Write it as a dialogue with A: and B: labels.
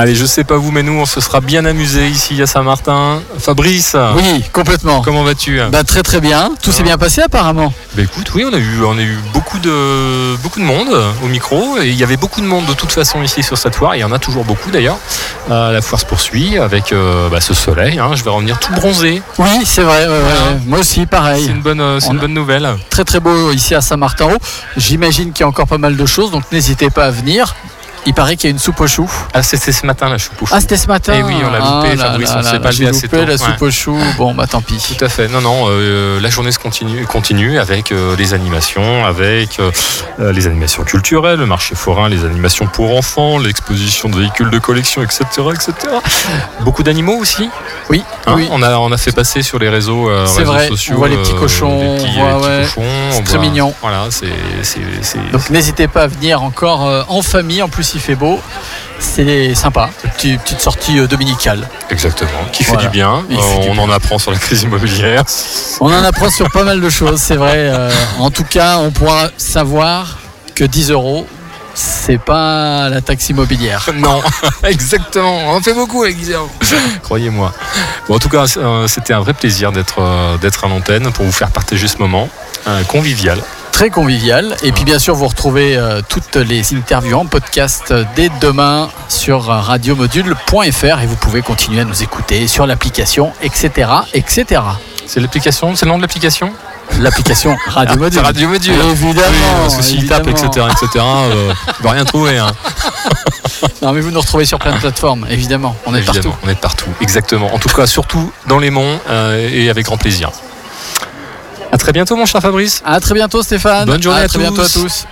A: Allez, je sais pas vous, mais nous, on se sera bien amusé ici à Saint-Martin. Fabrice,
B: Oui, complètement.
A: comment vas-tu
B: Bah, très très bien. Tout
A: Ah.
B: s'est bien passé apparemment.
A: Bah écoute, oui, on a eu, on a eu beaucoup, de, beaucoup de monde au micro. Et il y avait beaucoup de monde de toute façon ici sur cette foire. Il y en a toujours beaucoup d'ailleurs. Euh, la foire se poursuit avec euh, bah, ce soleil. hein. Je vais revenir tout bronzé.
B: Oui, c'est vrai. ouais, ouais,
A: Voilà.
B: ouais. Moi aussi,
A: Ah. C'est
B: pareil.
A: une bonne, euh, c'est
B: On
A: une
B: a-
A: bonne nouvelle.
B: Très très beau ici à Saint-Martin-Haut. J'imagine qu'il y a encore pas mal de choses, donc n'hésitez pas à venir. Il paraît qu'il y a une soupe aux choux.
A: Ah, c'était ce matin, la choupouf.
B: Ah, c'était ce matin.
A: Eh oui, on l'a loupé,
B: Ah là
A: Fabrice,
B: là
A: on
B: là
A: s'est
B: là,
A: pas
B: j'ai
A: levé assez
B: loupé
A: tôt.
B: la
A: Ouais.
B: soupe aux choux. Bon, bah tant pis.
A: Tout à fait. Non, non, euh, la journée se continue, continue avec euh, les animations, avec euh, euh, les animations culturelles, le marché forain, les animations pour enfants, l'exposition de véhicules de collection, etc. etc. Beaucoup d'animaux aussi.
B: Oui,
A: hein.
B: oui.
A: on, a, on a fait passer sur les réseaux, euh,
B: C'est
A: réseaux
B: vrai,
A: sociaux. euh,
B: on voit les petits cochons,
A: les petits-
B: on voit,
A: les petits
B: ouais.
A: cochons,
B: C'est
A: on
B: très
A: voit-
B: mignon.
A: Voilà, c'est. c'est- c'est-
B: Donc n'hésitez pas à venir encore euh, en famille. En plus, il fait beau. C'est sympa. Petite, petite sortie euh, dominicale.
A: Exactement. Qui fait
B: Voilà.
A: du bien.
B: Il
A: Euh,
B: fait du
A: on en apprend sur la crise immobilière.
B: On en apprend sur pas mal de choses, c'est vrai. Euh, en tout cas, on pourra savoir que 10 euros, c'est pas la taxe immobilière.
A: Non, exactement. On en fait beaucoup avec Guillermo. Croyez-moi. Bon, en tout cas, c'est, euh, c'était un vrai plaisir d'être euh, d'être à l'antenne pour vous faire partager ce moment euh, convivial.
B: Très convivial. Et puis, bien sûr, vous retrouvez euh, toutes les interviews en podcast euh, dès demain sur euh, radiomodule.fr et vous pouvez continuer à nous écouter sur l'application, etc. etc.
A: C'est l'application, c'est le nom de l'application
B: L'application Radio Ah, Module.
A: C'est Radio Module.
B: Évidemment.
A: Oui, parce que s'il tape,
B: évidemment.
A: etc., etc., euh, il va rien trouver. hein.
B: Non, mais vous nous retrouvez sur plein de plateformes, évidemment. On est
A: Évidemment,
B: partout.
A: On est partout, exactement. En tout cas, surtout dans les monts euh, et avec grand plaisir. À très bientôt, mon cher Fabrice.
B: À très bientôt, Stéphane.
A: Bonne journée
B: à
A: à
B: très bientôt à
A: tous.
B: tous.